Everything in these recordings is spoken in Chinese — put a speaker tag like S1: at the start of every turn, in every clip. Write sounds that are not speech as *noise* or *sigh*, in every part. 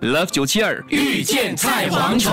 S1: Love 九七二遇见菜蝗虫。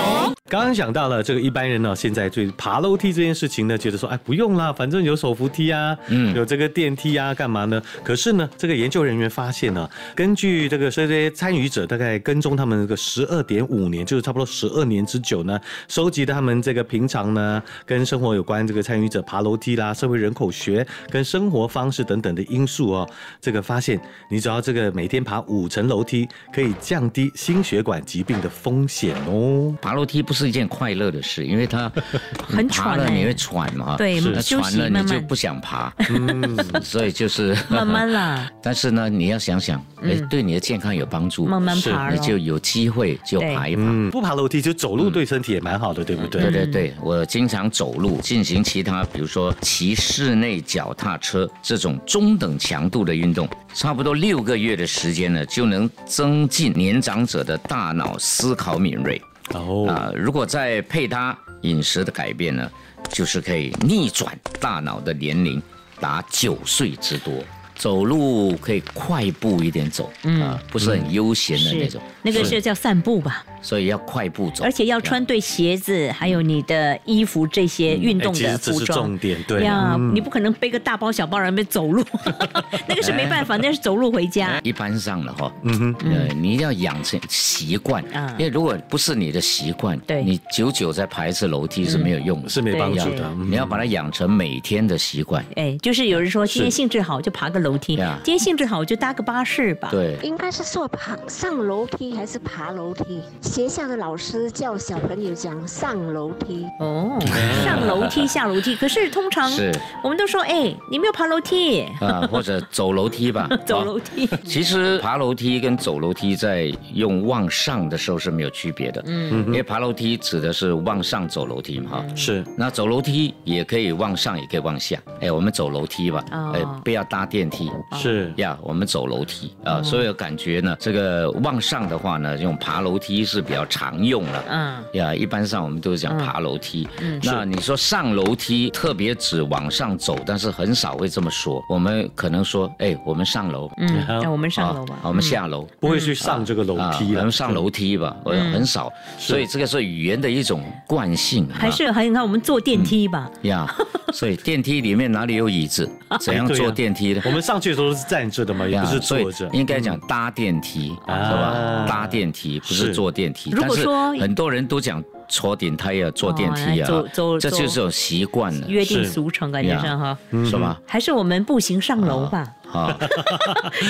S2: 刚刚想到了这个一般人呢、现在对爬楼梯这件事情呢，觉得说哎不用啦，反正有手扶梯啊，
S1: 嗯
S2: 有这个电梯啊，干嘛呢？可是呢，这个研究人员发现呢、根据这个这些参与者大概跟踪他们这个十二点五年，就是差不多十二年之久呢，收集的他们这个平常呢跟生活有关这个参与者爬楼梯啦、社会人口学跟生活方式等等的因素哦，这个发现你只要这个每天爬五层楼梯，可以降低心血管疾病的风险哦。
S3: 爬楼梯不是一件快乐的事，因为它
S4: *laughs* 很
S3: 你爬了
S4: 喘欸
S3: 你会喘嘛，
S4: 对是
S3: 那
S4: 休息
S3: 喘了你
S4: 慢
S3: 就
S4: 慢
S3: 不想爬， *laughs* 所以就是
S4: *laughs* 慢慢啦，
S3: *laughs* 但是呢，你要想想，哎，对你的健康有帮助，
S4: 慢慢
S2: 是
S4: 爬咯
S3: 你就有机会就
S4: 对嗯
S3: 爬一爬。
S2: 嗯，不爬楼梯就走路对身体也蛮好的，对不对？
S3: 嗯对对对，我经常走路，进行其他，比如说骑室内脚踏车这种中等强度的运动，差不多六个月的时间呢，就能增进年长者的大脑思考敏锐
S2: 哦，
S4: 嗯
S3: 啊、如果再配搭饮食的改变呢，就是可以逆转大脑的年龄达九岁之多。走路可以快步一点走，啊、
S4: 嗯
S3: 不是很悠闲的那
S4: 是
S3: 种，
S4: 那个嗯是叫散步吧，
S3: 所以要快步走，
S4: 而且要穿对鞋子，还有你的衣服这些运动
S2: 嗯哎其
S4: 的
S2: 实这
S4: 服
S2: 是
S4: 装
S2: 重。点，对。
S4: 呀，你不可能背个大包小包然后边走路， *laughs* 那个是没办法，那是走路回家。
S3: 一般上了哈，嗯哼，呃，你一定要养成习惯，
S4: 嗯
S3: 因为如果不是你的习惯，
S4: 对
S3: 你久久再爬一次楼梯是没有用的，
S2: 是没帮助
S4: 对对
S2: 的，嗯
S3: 你要把它养成每天的习惯，
S4: 哎，就是有人说今天兴致好就爬个楼梯，
S3: 呀
S4: 今天兴致好就搭个巴士吧。
S3: 对。
S5: 应该是说爬上楼梯还是爬楼梯？学校的老师叫小朋友讲上楼梯，
S4: 哦，上楼梯下楼梯，可是通常
S3: 是
S4: 我们都说，哎，你没有爬楼梯，，
S3: 啊，或者走楼梯吧
S4: *laughs*
S3: 啊
S4: 走楼梯。
S3: 其实爬楼梯跟走楼梯在用往上的时候是没有区别的，嗯，因为爬楼梯指的是往上走楼梯嘛，哈、
S2: 是
S3: 那走楼梯也可以往上，也可以往下。哎，我们走楼梯吧，
S4: 哦
S3: 哎，不要搭电梯。
S2: 是
S3: 啊呀我们走楼梯啊、所以我感觉呢，这个往上的话呢，用爬楼梯是比较常用了。
S4: 嗯，
S3: 呀，一般上我们都是讲爬楼梯。嗯，那你说上楼梯，特别指往上走，但是很少会这么说。我们可能说，哎，我们上楼。嗯，
S4: *laughs* 嗯，那我们上楼吧。嗯
S3: 我们下楼。
S2: 不会去上这个楼梯
S3: 啊我
S2: 了
S3: 们。上楼梯吧，呃，
S4: 嗯
S3: 很少，所以这个是语言的一种惯性啊。
S4: 还是还你看，我们坐电梯吧。 *laughs*
S3: 呀，所以电梯里面哪里有椅子？怎样
S2: 对呀
S3: 坐电梯呢？
S2: 哎我们上去的时候是站着的嘛，也
S3: 呀
S2: 不是
S3: 所以
S2: 坐着。嗯
S3: 应该讲搭电梯，是吧
S2: 啊？
S3: 搭电梯不
S2: 是
S3: 是坐电梯。
S4: 如果说
S3: 但是很多人都讲坐电梯啊，坐电
S4: 哦
S3: 梯啊，
S4: 哎走走
S3: 这就是种习惯了，
S4: 约定
S2: 是
S4: 俗成，感觉上哈。
S3: 嗯是吧？
S2: 嗯
S4: 还是我们步行上楼吧，
S3: 啊，
S4: *laughs*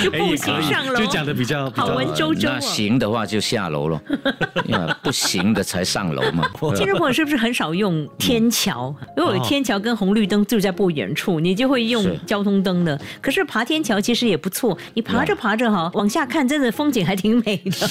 S4: 就
S2: 哎
S4: 步行上楼，
S2: 就讲的比较比
S4: 好
S2: 较
S4: 文绉绉
S3: 那
S4: 哦。
S3: 行的话就下楼了，呀不行的才上楼
S2: *laughs*
S3: 嘛。
S4: *laughs* 其实我是不是很少用天桥？因为有天桥跟红绿灯就在不远处，你就会用
S3: 是
S4: 交通灯的。可是爬天桥其实也不错，你爬着爬着哈，往下看，真的风景还挺美的。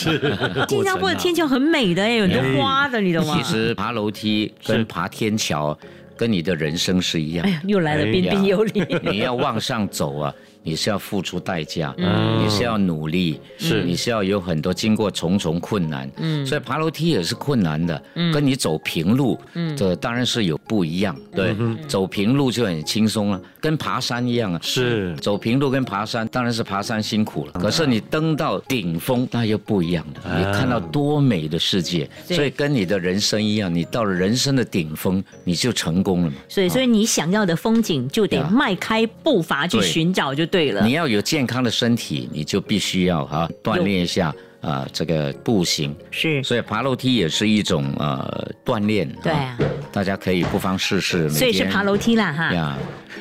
S4: 新加坡的天桥很美的哎，有很多花的，你懂吗
S3: 其？实爬楼梯跟爬天桥，跟你的人生是一样
S4: 哎。呀，又来了，彬彬有礼。
S3: 你要往上走啊， *laughs* 你是要付出代价，你是要努力，是你是要有很多经过重重困难，嗯，所以爬楼梯也是困难的，跟你走平路，嗯，这当然是有不一样，对，走平路就很轻松了、跟爬山一样啊。
S2: 是
S3: 走平路跟爬山，当然是爬山辛苦了。
S4: 嗯
S3: 可是你登到顶峰，那又不一样了。你看到多美的世界，
S4: 对
S3: 所以跟你的人生一样，你到了人生的顶峰，你就成功了嘛。
S4: 所以，所以你想要的风景就得
S3: 呀
S4: 迈开步伐去
S3: 对
S4: 寻找就对了
S3: 你。要有健康的身体，你就必须要啊锻炼一下啊、这个步行。
S4: 是，
S3: 所以爬楼梯也是一种呃锻炼。
S4: 对啊
S3: 大家可以不妨试试。
S4: 所以是
S3: 每天
S4: 爬楼梯啦哈。
S3: 呀，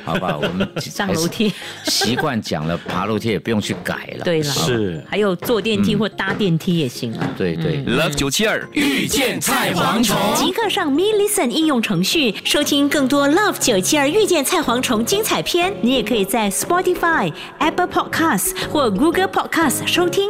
S3: 好吧，我们
S4: *laughs* 上楼梯
S3: 习惯讲了，爬楼梯也不用去改了。
S4: 对了，
S2: 是
S4: 还有坐电梯或搭电梯也行啊。
S3: 嗯对对。
S1: Love 九七二遇见菜蝗虫。
S4: 即刻上 Me Listen 应用程序收听更多 Love 九七二遇见菜蝗虫精彩片。你也可以在 Spotify、Apple Podcasts 或 Google Podcasts 收听。